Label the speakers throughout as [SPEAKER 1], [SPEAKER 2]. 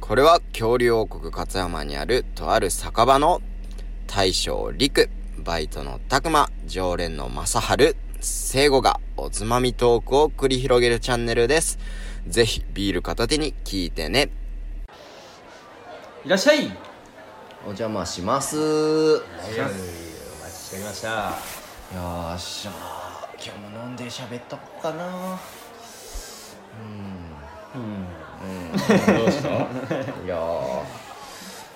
[SPEAKER 1] これは恐竜王国勝山にあるとある酒場の大将陸、バイトの拓馬、常連の正春、聖子がおつまみトークを繰り広げるチャンネルです。ぜひビール片手に聞いてね。
[SPEAKER 2] いらっしゃい。
[SPEAKER 1] お邪魔します。い
[SPEAKER 2] お待ちしておりました。
[SPEAKER 1] やーっしゃー、今日も飲んで喋っとこうかな。
[SPEAKER 2] どうした？
[SPEAKER 1] いやー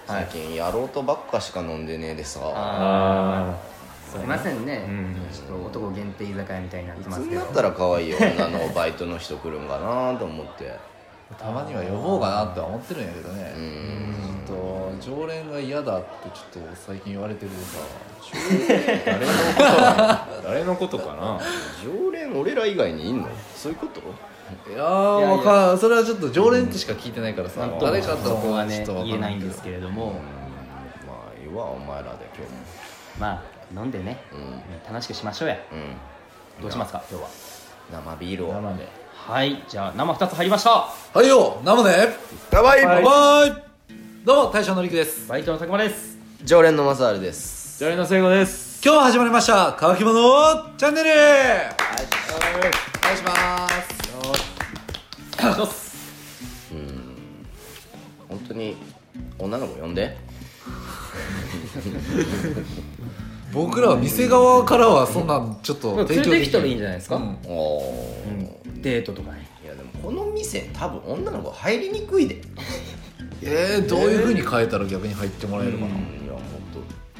[SPEAKER 1] 最近やろうとばっかしか飲んでねえでさ
[SPEAKER 2] あ
[SPEAKER 3] いませんね、
[SPEAKER 2] ん
[SPEAKER 3] ちょっと男限定居酒屋みたいになっ
[SPEAKER 1] い
[SPEAKER 3] て
[SPEAKER 1] つ
[SPEAKER 3] ます
[SPEAKER 1] に
[SPEAKER 3] け
[SPEAKER 1] な
[SPEAKER 3] ど
[SPEAKER 1] ったら可愛い女のバイトの人来るんかなと思って
[SPEAKER 4] うんたまには呼ぼうかなとは思ってるんやけどねちょっと常連が嫌だってちょっと最近言われてるさ
[SPEAKER 2] 誰のことかな。誰のことかな。
[SPEAKER 1] 常連俺ら以外にいんのそういうこと
[SPEAKER 4] いやー
[SPEAKER 3] いやいや
[SPEAKER 4] わかんそれはちょっと常連としか聞いてないからさ、
[SPEAKER 3] なんと
[SPEAKER 4] 誰かと
[SPEAKER 3] そこはね
[SPEAKER 4] ちょっとわか
[SPEAKER 3] 言えないん
[SPEAKER 4] けど
[SPEAKER 3] ですけれども、
[SPEAKER 1] まあいいわお前らで今日
[SPEAKER 3] まあ飲んでね、
[SPEAKER 1] も
[SPEAKER 3] 楽しくしましょうや
[SPEAKER 1] うんうん
[SPEAKER 3] どうしますか今日は
[SPEAKER 1] 生ビールを
[SPEAKER 4] 生で
[SPEAKER 3] はいじゃあ生2つ入りました
[SPEAKER 4] はいよ生で
[SPEAKER 1] やば
[SPEAKER 4] バ
[SPEAKER 1] い
[SPEAKER 4] イバイどうも大将のりくです
[SPEAKER 3] バイトのたくまです
[SPEAKER 1] 常連のマサールです
[SPEAKER 2] 誰の聖子です。
[SPEAKER 4] 今日も始まりました「乾き物チャンネル」お願いし
[SPEAKER 3] お
[SPEAKER 4] ます
[SPEAKER 3] 願いします
[SPEAKER 1] 本当に女の子呼んで
[SPEAKER 4] 僕らは店側からはそんなんちょっと
[SPEAKER 3] 連れてきたらいいん
[SPEAKER 4] じ
[SPEAKER 3] じゃないですか、
[SPEAKER 1] おおー
[SPEAKER 3] デートとかね
[SPEAKER 1] いやでもこの店多分女の子入りにくいで
[SPEAKER 4] えー、どういうふうに変えたら逆に入ってもらえるかな、
[SPEAKER 1] いやもっ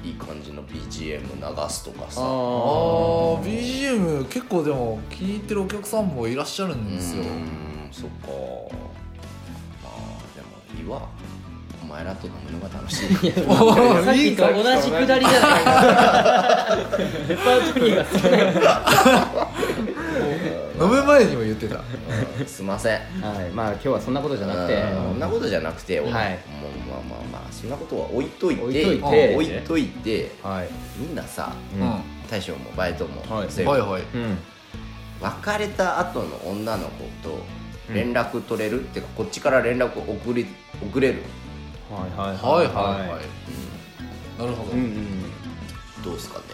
[SPEAKER 1] といい感じの BGM 流すとかさ
[SPEAKER 4] あー BGM 結構でも聞いてるお客さんもいらっしゃるんですよ、
[SPEAKER 1] うーんそっかまあでもいいわお前らと飲むのが楽しい
[SPEAKER 3] さっきと同じくだりじゃない パートリーが少ない
[SPEAKER 4] 飲む前にも言ってた
[SPEAKER 1] すいません
[SPEAKER 3] はいまあ今日はそんなことじゃなくて
[SPEAKER 1] うんそんなことじゃなくて、俺
[SPEAKER 3] はい
[SPEAKER 1] もうまあまあまあそんなことは置いといて
[SPEAKER 3] 置いといて
[SPEAKER 1] うん置いといて
[SPEAKER 3] はい
[SPEAKER 1] みんなさ
[SPEAKER 4] うん、は
[SPEAKER 1] 大将もバイトも、
[SPEAKER 2] はい
[SPEAKER 1] そういう
[SPEAKER 4] いはい
[SPEAKER 2] うん。
[SPEAKER 1] 別れた後の女の子と連絡取れる、ってかこっちから連絡送り送れる
[SPEAKER 3] はいはい
[SPEAKER 4] はいはいはい、なるほど、
[SPEAKER 3] うんうん
[SPEAKER 1] どうすかね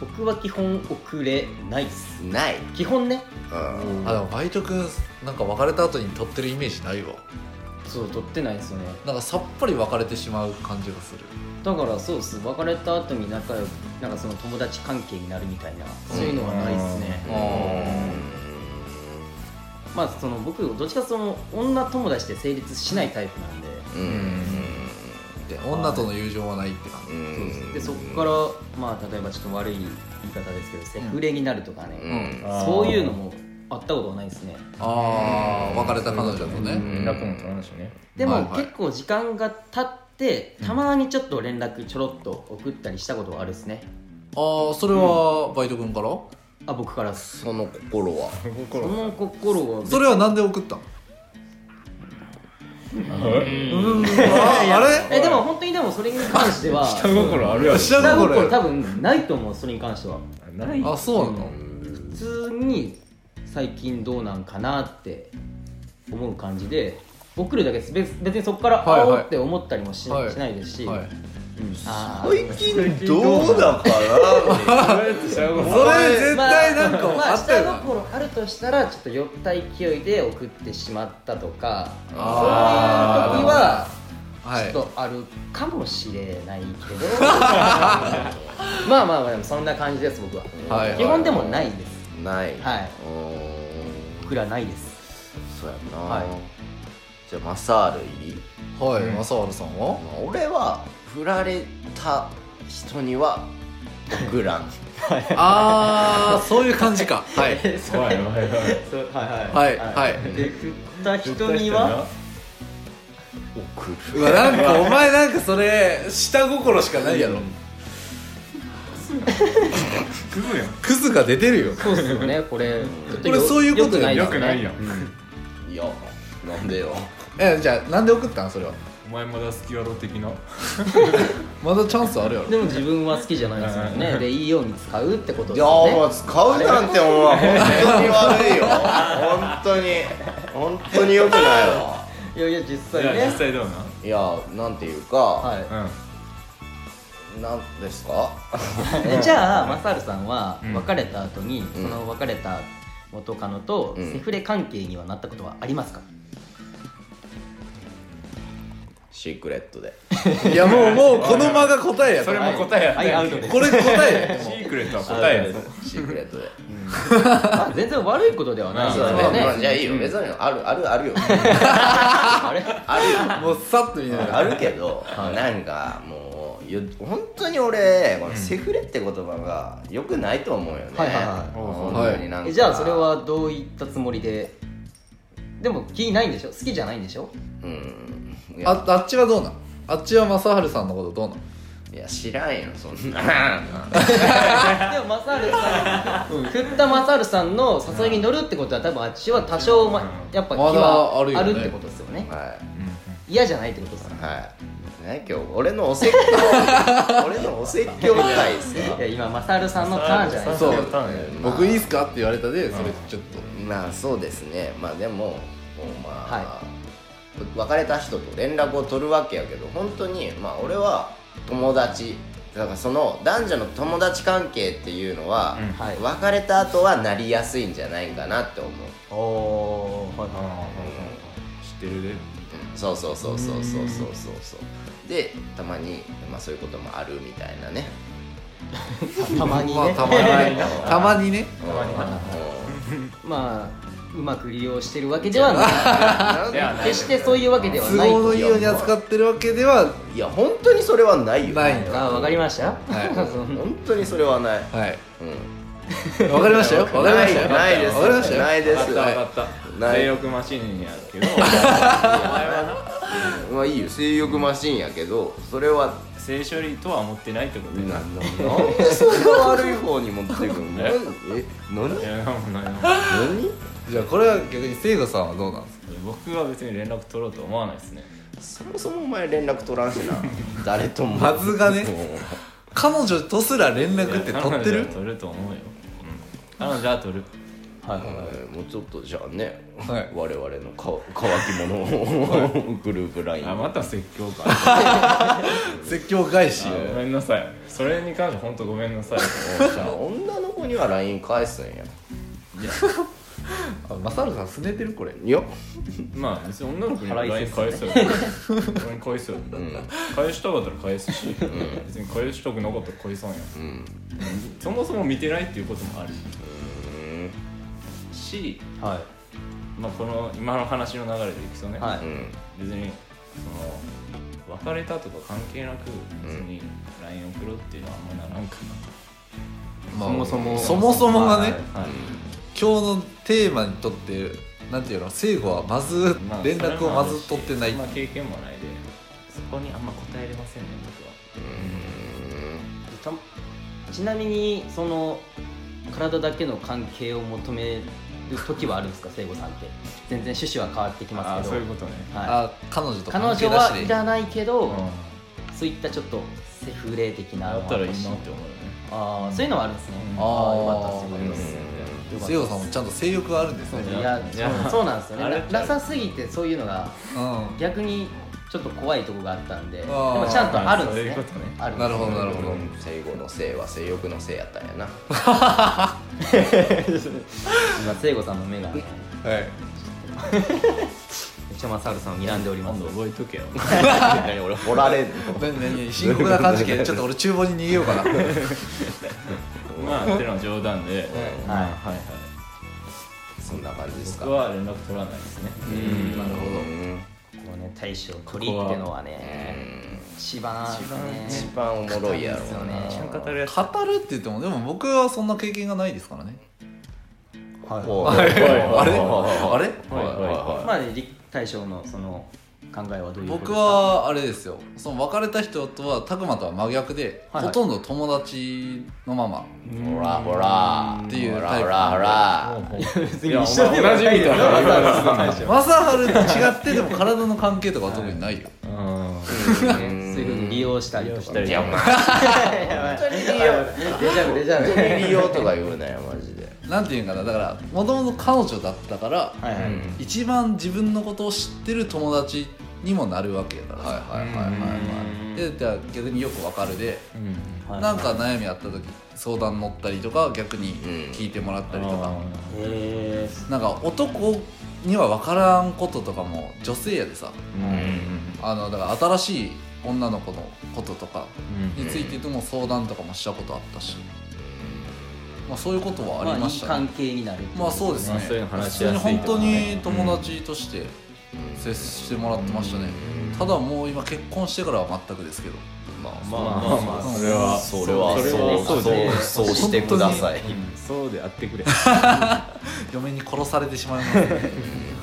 [SPEAKER 3] 僕は基本遅れないっす
[SPEAKER 1] ない、
[SPEAKER 3] 基本ね
[SPEAKER 1] うん、
[SPEAKER 4] あでもバイトくんなんか別れた後に撮ってるイメージないわ
[SPEAKER 3] そう取ってないっすよね
[SPEAKER 4] なんかさっぱり別れてしまう感じがする
[SPEAKER 3] だからそうっす別れた後に仲良くなんかその友達関係になるみたいなそういうのはないっすね
[SPEAKER 4] あー
[SPEAKER 3] まあその僕どっちかその女友達で成立しないタイプなんで
[SPEAKER 1] うん
[SPEAKER 4] で女との友情はないって感じ、
[SPEAKER 1] うん
[SPEAKER 3] そうっすでそこからまあ例えばちょっと悪い言い方ですけどセフレになるとか
[SPEAKER 1] うん
[SPEAKER 3] ね
[SPEAKER 2] ん
[SPEAKER 3] そういうのもあったことはないっすね
[SPEAKER 4] ああ別れた彼女とね、
[SPEAKER 2] 連絡も取らないしね。
[SPEAKER 3] でも、
[SPEAKER 4] はいはい
[SPEAKER 3] 結構時間が経ってたまにちょっと連絡ちょろっと送ったりしたことはあるっすね
[SPEAKER 4] ああそれはバイトくんから、
[SPEAKER 3] あ僕からっす
[SPEAKER 1] その心は
[SPEAKER 3] その心を
[SPEAKER 4] それはなんで送ったのうんああれ
[SPEAKER 3] えでも本当にでもそれに関しては
[SPEAKER 2] 下心あるやろ。
[SPEAKER 4] 下
[SPEAKER 3] 下
[SPEAKER 4] 心
[SPEAKER 3] 心多分ないと思うそれに関しては
[SPEAKER 2] ない。
[SPEAKER 4] あそうなの、
[SPEAKER 3] 普通に最近どうなんかなって思う感じで送るだけです別別にそこから
[SPEAKER 4] はい
[SPEAKER 3] あ
[SPEAKER 4] はい
[SPEAKER 3] おうって思ったりもし,、
[SPEAKER 4] はい
[SPEAKER 3] しないですし、
[SPEAKER 4] はい
[SPEAKER 3] うんあー
[SPEAKER 1] 最近どうだか
[SPEAKER 2] とりあえず下
[SPEAKER 4] そ
[SPEAKER 2] 心。
[SPEAKER 4] れ絶対なんか
[SPEAKER 3] まあ、ま
[SPEAKER 4] あ
[SPEAKER 3] あ、
[SPEAKER 4] ったよな、
[SPEAKER 3] 下心あるとしたらちょっと酔った勢いで送ってしまったとかそういう時
[SPEAKER 4] あー
[SPEAKER 3] は
[SPEAKER 4] は
[SPEAKER 3] ちょ
[SPEAKER 4] い
[SPEAKER 3] っとあるかもしれないけど、 まあまあまあでもそんな感じです僕は、
[SPEAKER 4] はいはい
[SPEAKER 3] 基本でもないです
[SPEAKER 1] なない
[SPEAKER 3] はいう
[SPEAKER 1] ーん
[SPEAKER 3] 僕らないです
[SPEAKER 1] そうやな、
[SPEAKER 3] はい
[SPEAKER 1] じゃあマサールいい、
[SPEAKER 4] はい、
[SPEAKER 2] うん
[SPEAKER 4] 正原さんは
[SPEAKER 1] まあ、俺は振られた人には送らん
[SPEAKER 4] ああそういう感じかはい
[SPEAKER 3] それ
[SPEAKER 2] 怖い怖い怖い。
[SPEAKER 3] そう
[SPEAKER 4] は
[SPEAKER 3] はいい
[SPEAKER 4] はい
[SPEAKER 3] で振った人には
[SPEAKER 1] 送る
[SPEAKER 4] うわなんかお前なんかそれ下心しかないやろ
[SPEAKER 2] クズやん。
[SPEAKER 4] クズが出てるよ
[SPEAKER 3] そうっすよねこれちょっ
[SPEAKER 4] これそういうことだよ
[SPEAKER 2] よくないやん
[SPEAKER 3] んうん
[SPEAKER 1] いやなんでよ
[SPEAKER 4] えじゃあなんで送ったんそれは
[SPEAKER 2] お前まだ好きやろ的な。
[SPEAKER 4] まだチャンスあるやろ
[SPEAKER 3] でも自分は好きじゃないですもんねでいいように使うってこと
[SPEAKER 1] い
[SPEAKER 3] です
[SPEAKER 1] や
[SPEAKER 3] よ
[SPEAKER 1] お
[SPEAKER 3] ね
[SPEAKER 1] 前使うなんてお前本当に悪いよ本当に本当に良くないわ
[SPEAKER 3] いやいや実
[SPEAKER 2] じ
[SPEAKER 3] 際
[SPEAKER 2] ゃあ
[SPEAKER 3] ね
[SPEAKER 2] 実際どうなん
[SPEAKER 1] いやなんていうか、
[SPEAKER 3] は
[SPEAKER 2] うん
[SPEAKER 1] なんですか
[SPEAKER 3] い、えじゃあマサルさんは
[SPEAKER 2] うん
[SPEAKER 3] 別れた後に、その別れた元カノと
[SPEAKER 1] うん
[SPEAKER 3] セフレ関係にはなったことはありますか、
[SPEAKER 1] シークレッ トで
[SPEAKER 4] いやもうもうこの間が答えや
[SPEAKER 2] それ
[SPEAKER 4] と
[SPEAKER 2] も答えやった
[SPEAKER 3] はい、はいアウトです
[SPEAKER 4] これ答えやと
[SPEAKER 2] シ
[SPEAKER 4] 思う
[SPEAKER 2] ークレットは答えやぞ
[SPEAKER 1] シークレットで
[SPEAKER 3] あ全然悪いことではないです
[SPEAKER 1] そう
[SPEAKER 3] よ
[SPEAKER 1] だ
[SPEAKER 4] まあ
[SPEAKER 1] ね、
[SPEAKER 4] ま
[SPEAKER 1] ま
[SPEAKER 4] あ
[SPEAKER 1] あ
[SPEAKER 3] ね
[SPEAKER 1] じゃあいいよ別にあるあるあるよ
[SPEAKER 3] あれ
[SPEAKER 1] あるよ
[SPEAKER 4] もうさっと見ながら
[SPEAKER 1] あるけど、なんかもういや本当に俺このセフレって言葉がよくないと思うよね、
[SPEAKER 3] はいはいはい
[SPEAKER 1] 本当になんか
[SPEAKER 3] えじゃあそれはどういったつもりででも気ないんでしょ好きじゃないんでしょ
[SPEAKER 1] うんいや
[SPEAKER 4] ああっちはどうなんあっちは正治さんのことどうなん
[SPEAKER 1] いや知らんよそ んな
[SPEAKER 3] でもマサルさん振ったマサルさんの誘いに乗るってことは多分あっちは多少、ま、やっぱ気
[SPEAKER 4] まだある
[SPEAKER 3] は
[SPEAKER 4] よ
[SPEAKER 3] あ
[SPEAKER 4] ね
[SPEAKER 3] るってことですよね
[SPEAKER 1] はい
[SPEAKER 3] 嫌じゃないってことですよね
[SPEAKER 1] はいね今日俺のお説教俺のお説教会ですよ
[SPEAKER 3] いや今マサルさんのターンじゃないですか
[SPEAKER 4] そう
[SPEAKER 2] そうだね
[SPEAKER 4] 僕いいっすかって言われたでそれちょっと
[SPEAKER 1] まあそうですねまあでももうまあ
[SPEAKER 3] は、
[SPEAKER 1] 別れた人と連絡を取るわけやけど本当にまあ俺は友達だからその男女の友達関係っていうのは、
[SPEAKER 2] うん
[SPEAKER 3] はい
[SPEAKER 1] 別れた後はなりやすいんじゃないかなって思う、
[SPEAKER 3] おーはいはいは
[SPEAKER 2] 知ってるで
[SPEAKER 1] うんそうそうそうそうそうそうそうそうでたまに、まあ、そういうこともあるみたいなね
[SPEAKER 3] いたまにね、
[SPEAKER 4] まあ
[SPEAKER 3] ま
[SPEAKER 4] たまにたまにね
[SPEAKER 1] たまに
[SPEAKER 3] あうまく利用してるわけでは ない決してそういうわけでは
[SPEAKER 4] 都
[SPEAKER 3] ない
[SPEAKER 4] 合のいいように扱ってるわけではい
[SPEAKER 1] や本当にそれはないよ
[SPEAKER 4] ないんだ
[SPEAKER 3] あわかりました、
[SPEAKER 4] はい
[SPEAKER 3] その
[SPEAKER 1] 本当にそれはない、
[SPEAKER 4] はい
[SPEAKER 1] うん、
[SPEAKER 4] わかりましたよ わかりましたよ
[SPEAKER 1] ないです
[SPEAKER 4] わかりましたよ
[SPEAKER 1] ないです
[SPEAKER 2] 分かった分かった
[SPEAKER 1] ない
[SPEAKER 2] 性欲マシンやけどお前は
[SPEAKER 1] まあいいよ性欲マシンやけどそれは
[SPEAKER 2] な性処理とは思ってないってことで
[SPEAKER 1] なんで そんな悪い方に持ってくるのえ何
[SPEAKER 2] いやなんもないなんもない
[SPEAKER 1] 何
[SPEAKER 4] じゃあこれは逆に聖子さんはどうなんですか
[SPEAKER 2] 僕は別に連絡取ろうと思わないですね
[SPEAKER 1] そもそもお前連絡取らんしな誰とも
[SPEAKER 4] まずがね
[SPEAKER 1] う
[SPEAKER 4] 彼女とすら連絡って
[SPEAKER 2] いや
[SPEAKER 4] 取って
[SPEAKER 2] 彼女は
[SPEAKER 4] る
[SPEAKER 2] 取ると思うようん彼女は取る
[SPEAKER 3] はい
[SPEAKER 1] んはいもうちょっとじゃあね、
[SPEAKER 4] はい
[SPEAKER 1] 我々のか乾き物をグループライン
[SPEAKER 2] あまた説教か
[SPEAKER 4] 説教返し
[SPEAKER 2] ごめんなさいそれに関して本当ごめんなさい
[SPEAKER 1] じゃあ女の子には LINE 返すんや
[SPEAKER 4] あ正治さんすねてるこれ
[SPEAKER 1] いや
[SPEAKER 2] まあ別に女の子に
[SPEAKER 3] 腹
[SPEAKER 2] LINE
[SPEAKER 3] いせ
[SPEAKER 2] 返
[SPEAKER 3] っす
[SPEAKER 2] すよ LINE 返すよ
[SPEAKER 1] うん
[SPEAKER 2] 返したかったら返すし別に返したくなかったら返さんや
[SPEAKER 1] うん
[SPEAKER 2] そもそも見てないっていうこともある
[SPEAKER 1] うん
[SPEAKER 2] し
[SPEAKER 3] はい
[SPEAKER 2] まあこの今の話の流れでいくとね
[SPEAKER 3] はい
[SPEAKER 1] うん
[SPEAKER 2] 別にその別れたとか関係なく別に LINE 送ろうっていうのはあんまならんか
[SPEAKER 4] まあ
[SPEAKER 3] そもそも
[SPEAKER 4] そもそもがね
[SPEAKER 2] なはい
[SPEAKER 4] 今日のテーマにとってなんていうの聖子はまず
[SPEAKER 2] まあ
[SPEAKER 4] 連絡をまず取ってない
[SPEAKER 2] そんな経験もないでそこにあんま答えれませんね僕は
[SPEAKER 3] たちなみにその体だけの関係を求める時はあるんですか聖子さんって全然趣旨は変わってき
[SPEAKER 2] あ
[SPEAKER 3] ま
[SPEAKER 2] ー
[SPEAKER 3] す
[SPEAKER 2] そう
[SPEAKER 3] け
[SPEAKER 2] い
[SPEAKER 3] ど
[SPEAKER 2] うことね
[SPEAKER 3] は
[SPEAKER 4] あ彼女
[SPEAKER 3] い、
[SPEAKER 4] と
[SPEAKER 3] 彼
[SPEAKER 4] 関係
[SPEAKER 3] 女
[SPEAKER 4] なしで
[SPEAKER 3] はいらないけ
[SPEAKER 2] う
[SPEAKER 3] ど、
[SPEAKER 2] ん
[SPEAKER 3] そういったちょっとセフレ的なの
[SPEAKER 2] だったらいいなって
[SPEAKER 3] し
[SPEAKER 2] 思うよね
[SPEAKER 3] あーそういうのはあるんですね、
[SPEAKER 2] うん
[SPEAKER 3] ああよかったですよ
[SPEAKER 4] あ
[SPEAKER 3] かっ
[SPEAKER 4] ー
[SPEAKER 3] たですよかった
[SPEAKER 4] 聖子さんもちゃんと性欲があるんですね
[SPEAKER 2] そう
[SPEAKER 3] いや
[SPEAKER 2] いや
[SPEAKER 3] そうそうなんですよ
[SPEAKER 2] あ
[SPEAKER 3] ね
[SPEAKER 2] れ
[SPEAKER 3] ななさすぎてそういうのが
[SPEAKER 4] うん
[SPEAKER 3] 逆にちょっと怖いとこがあったんでで
[SPEAKER 4] ー
[SPEAKER 3] もちゃんとあるんですね
[SPEAKER 2] そういうことね
[SPEAKER 3] あるんです
[SPEAKER 4] なるほどなるほど
[SPEAKER 1] うん性後の性は性欲の性やったんやな
[SPEAKER 3] 今聖子さんの目がね
[SPEAKER 4] はい
[SPEAKER 3] めっちゃマサルさんを睨んでおりま
[SPEAKER 2] 今
[SPEAKER 3] す
[SPEAKER 2] 度覚えとけよ
[SPEAKER 1] 何俺掘られんの
[SPEAKER 4] 何何深刻な感じけちょっと俺厨房に逃げようかな
[SPEAKER 2] まあってのは冗談で、 はい
[SPEAKER 3] はい
[SPEAKER 2] はいはい
[SPEAKER 1] そんな感じですか
[SPEAKER 2] 僕は連絡取らないですね
[SPEAKER 4] うんなるほど
[SPEAKER 1] うん
[SPEAKER 3] こうね大将鳥ってのはね一番です
[SPEAKER 1] 一
[SPEAKER 3] ね
[SPEAKER 1] 番おもろいやろうな
[SPEAKER 3] 硬いですよね
[SPEAKER 2] 一番語るやつ
[SPEAKER 4] 語るって言ってもでも僕はそんな経験がないですからね
[SPEAKER 1] おい
[SPEAKER 4] あれ
[SPEAKER 1] お
[SPEAKER 4] あ
[SPEAKER 1] い
[SPEAKER 4] れ
[SPEAKER 2] はいはいは
[SPEAKER 3] まあねり大将のその考えはどういうことです
[SPEAKER 4] 僕
[SPEAKER 3] か
[SPEAKER 4] はあれですよその別れた人とは拓磨とは真逆で、
[SPEAKER 3] はいはい
[SPEAKER 4] ほとんど友達のまま
[SPEAKER 1] ほらほら
[SPEAKER 4] っていう
[SPEAKER 1] ほら
[SPEAKER 4] タイプ
[SPEAKER 1] ほらほら
[SPEAKER 2] い別
[SPEAKER 3] に一緒では
[SPEAKER 2] 同じみたいな
[SPEAKER 4] 正治と違ってでも体の関係とかは特にないよ、
[SPEAKER 3] そういうふうに利用したりとか
[SPEAKER 2] 利用したり
[SPEAKER 1] いやお前
[SPEAKER 3] やばい
[SPEAKER 1] 利用
[SPEAKER 3] デジャブデジャブ
[SPEAKER 1] 利用とか言うなよマジで
[SPEAKER 4] なんていうんかなだからもともと彼女だったから
[SPEAKER 3] はいはい、
[SPEAKER 2] うん
[SPEAKER 4] 一番自分のことを知ってる友達にもなるわけだからさ
[SPEAKER 2] はいはいはいはい
[SPEAKER 4] でじゃあ逆によくわかるで
[SPEAKER 2] うん
[SPEAKER 3] はい
[SPEAKER 4] なんか悩みあった時相談乗ったりとか逆に聞いてもらったりとか、
[SPEAKER 3] へえ
[SPEAKER 4] なんか男には分からんこととかも女性やでさあのだから新しい女の子のこととかについてとも相談とかもしたことあったし、まあ、そういうことはありまし
[SPEAKER 3] まあい
[SPEAKER 4] た
[SPEAKER 3] い
[SPEAKER 4] ね
[SPEAKER 3] 関係になる
[SPEAKER 4] まあそうですね
[SPEAKER 2] まあそういうの話し
[SPEAKER 4] 普通
[SPEAKER 2] や
[SPEAKER 4] に
[SPEAKER 2] すい
[SPEAKER 4] 本
[SPEAKER 2] と
[SPEAKER 4] 当
[SPEAKER 2] か
[SPEAKER 4] に
[SPEAKER 2] ね
[SPEAKER 4] 友達として接してもらってましたねただもう今結婚してからは全くですけど
[SPEAKER 1] まあ
[SPEAKER 2] まあまあまあそれは
[SPEAKER 1] それは
[SPEAKER 2] それは
[SPEAKER 1] そう
[SPEAKER 2] そうで
[SPEAKER 1] そうそうしてください
[SPEAKER 2] そうであってくれ
[SPEAKER 4] 嫁に殺されてしまいます ね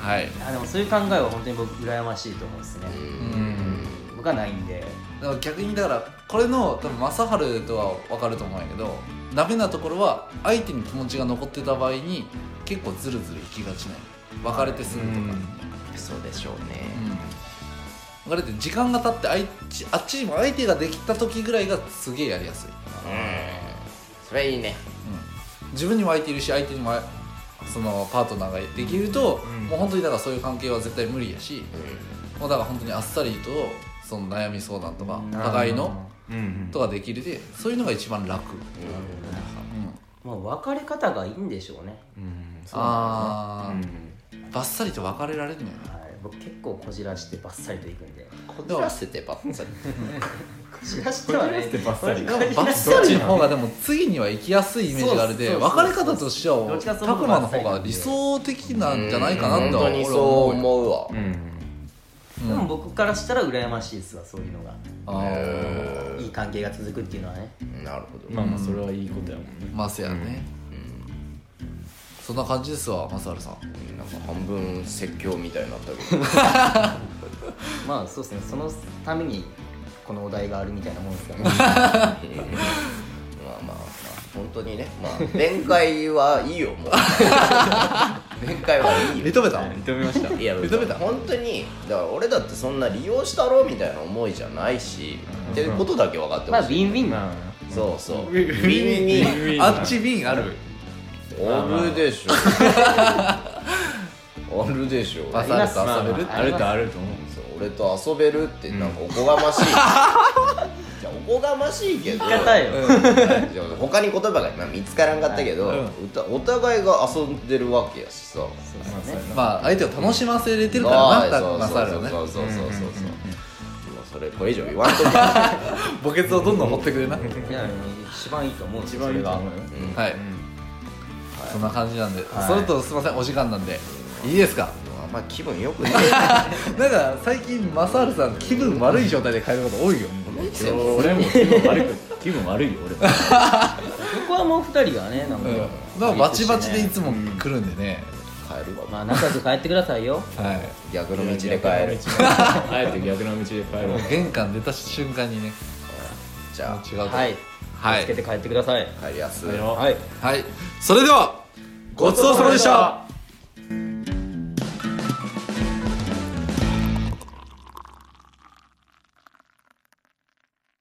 [SPEAKER 4] はい
[SPEAKER 3] あでもそういう考えは本当に僕羨ましいと思うんですね、
[SPEAKER 4] うん
[SPEAKER 3] 僕はないんで
[SPEAKER 4] だから逆にだからこれの多分正治とは分かると思うんやけどダメなところは相手に気持ちが残ってた場合に結構ズルズルいきがちね別れてすぐとか、
[SPEAKER 1] そうでしょうね
[SPEAKER 4] うん別れて時間が経ってあいちあっちにも相手ができた時ぐらいがすげえやりやすい、
[SPEAKER 1] それいいね
[SPEAKER 4] うん自分にも相手いるし相手にもあそのパートナーができると、
[SPEAKER 2] うん
[SPEAKER 4] もう本当にだからそういう関係は絶対無理やし、もうだから本当にあっさりとその悩み相談とか互いの
[SPEAKER 2] うん
[SPEAKER 4] とかできるでそういうのが一番楽、うん
[SPEAKER 3] まあ別れ方がいいんでしょうね、
[SPEAKER 2] うん
[SPEAKER 4] あ
[SPEAKER 2] う
[SPEAKER 4] ー、
[SPEAKER 2] ん
[SPEAKER 4] バッサリと別れられるのよな
[SPEAKER 3] はい、僕結構こじらしてバッサリといくんで
[SPEAKER 1] こじらせてばっさり
[SPEAKER 3] こじらしてはね
[SPEAKER 2] こじらせてバッサリ
[SPEAKER 3] こじらせて
[SPEAKER 4] バッサリの方がでも次には行きやすいイメージがあるで
[SPEAKER 3] そうそうそう
[SPEAKER 4] 別れ方として
[SPEAKER 3] ど
[SPEAKER 4] は
[SPEAKER 3] っちか
[SPEAKER 4] タ
[SPEAKER 3] というと
[SPEAKER 4] クマの方が理想的なんじゃないかなと
[SPEAKER 1] 本
[SPEAKER 4] は
[SPEAKER 1] 当
[SPEAKER 4] 俺
[SPEAKER 1] に
[SPEAKER 4] は
[SPEAKER 1] そう
[SPEAKER 4] 思うよ
[SPEAKER 1] 思うわ
[SPEAKER 4] うん
[SPEAKER 3] でも僕からしたら羨ましいですわそういうのが
[SPEAKER 4] あー
[SPEAKER 3] いい関係が続くっていうのはね
[SPEAKER 1] なるほど
[SPEAKER 2] まあまあそれはいいことやもんね
[SPEAKER 4] まあせやねそんな感じですわマサルさん
[SPEAKER 1] なんか半分説教みたいになったけど
[SPEAKER 3] まあそうですねそのためにこのお題があるみたいなもんですからね
[SPEAKER 1] まあまあまあ本当にねまあ弁解はいいよもう弁解はいいよ
[SPEAKER 4] 認めた
[SPEAKER 2] 認めました
[SPEAKER 1] いや
[SPEAKER 4] 認めた
[SPEAKER 1] 本当にだから俺だってそんな利用したろみたいな思いじゃないし、っていうことだけ分かって
[SPEAKER 3] ま
[SPEAKER 1] ほ
[SPEAKER 3] あ
[SPEAKER 1] しい、
[SPEAKER 3] ビンビンな
[SPEAKER 2] ま
[SPEAKER 1] そうそう
[SPEAKER 2] あ
[SPEAKER 1] ビンビン
[SPEAKER 4] あっち瓶ある
[SPEAKER 1] おるでしょあるでしょ
[SPEAKER 4] バサ
[SPEAKER 3] ま
[SPEAKER 4] ル
[SPEAKER 3] あ
[SPEAKER 4] と遊べる
[SPEAKER 2] あるとあると思う
[SPEAKER 1] そう俺と遊べるってなんかおこがましい、じゃあおこがましいけど
[SPEAKER 3] 言い方よ、
[SPEAKER 1] じゃあ他に言葉が今見つからんかったけど、うたお互いが遊んでるわけやしさ
[SPEAKER 2] まあそうやな
[SPEAKER 4] まあ相手を楽しませれてるから
[SPEAKER 1] あ
[SPEAKER 4] な
[SPEAKER 1] あ
[SPEAKER 4] タ
[SPEAKER 1] そ
[SPEAKER 4] ク
[SPEAKER 1] う
[SPEAKER 4] マ
[SPEAKER 1] そ
[SPEAKER 4] サ
[SPEAKER 1] う
[SPEAKER 4] ル
[SPEAKER 1] そ
[SPEAKER 4] は
[SPEAKER 1] う
[SPEAKER 4] ね
[SPEAKER 1] そうそうそうそう
[SPEAKER 2] うんうん
[SPEAKER 1] もうそれこれ以上言わんとけは
[SPEAKER 4] 墓穴をどんどん掘ってくれなはい
[SPEAKER 3] いや一番いいと思うんです
[SPEAKER 2] 一
[SPEAKER 3] よ
[SPEAKER 2] 番いいと思うよ
[SPEAKER 4] そんな感じなんで、
[SPEAKER 3] はい
[SPEAKER 4] それとすみませんお時間なんでいいですか
[SPEAKER 1] あんま気分よくね
[SPEAKER 4] なんか最近マサールさん気分悪い状態で帰ること多いよ
[SPEAKER 1] えよ
[SPEAKER 2] 俺も気分悪く気分悪いよ俺も
[SPEAKER 3] そこはもう二人がねなんか、
[SPEAKER 4] うん、まあバチバチでいつも来るんでね、
[SPEAKER 1] 帰るわ
[SPEAKER 3] まあ仲良く帰ってくださいよ
[SPEAKER 4] はい
[SPEAKER 1] 逆の道で帰る
[SPEAKER 2] あえて逆の道で帰る
[SPEAKER 4] もう玄関出た瞬間にね
[SPEAKER 1] じゃ
[SPEAKER 4] 違うと
[SPEAKER 3] はい
[SPEAKER 4] は
[SPEAKER 3] 気をつけ
[SPEAKER 4] い、
[SPEAKER 3] て帰ってください
[SPEAKER 1] あ帰りやすい
[SPEAKER 2] 帰ろう
[SPEAKER 3] はい
[SPEAKER 4] はい、それではごちそうさまでした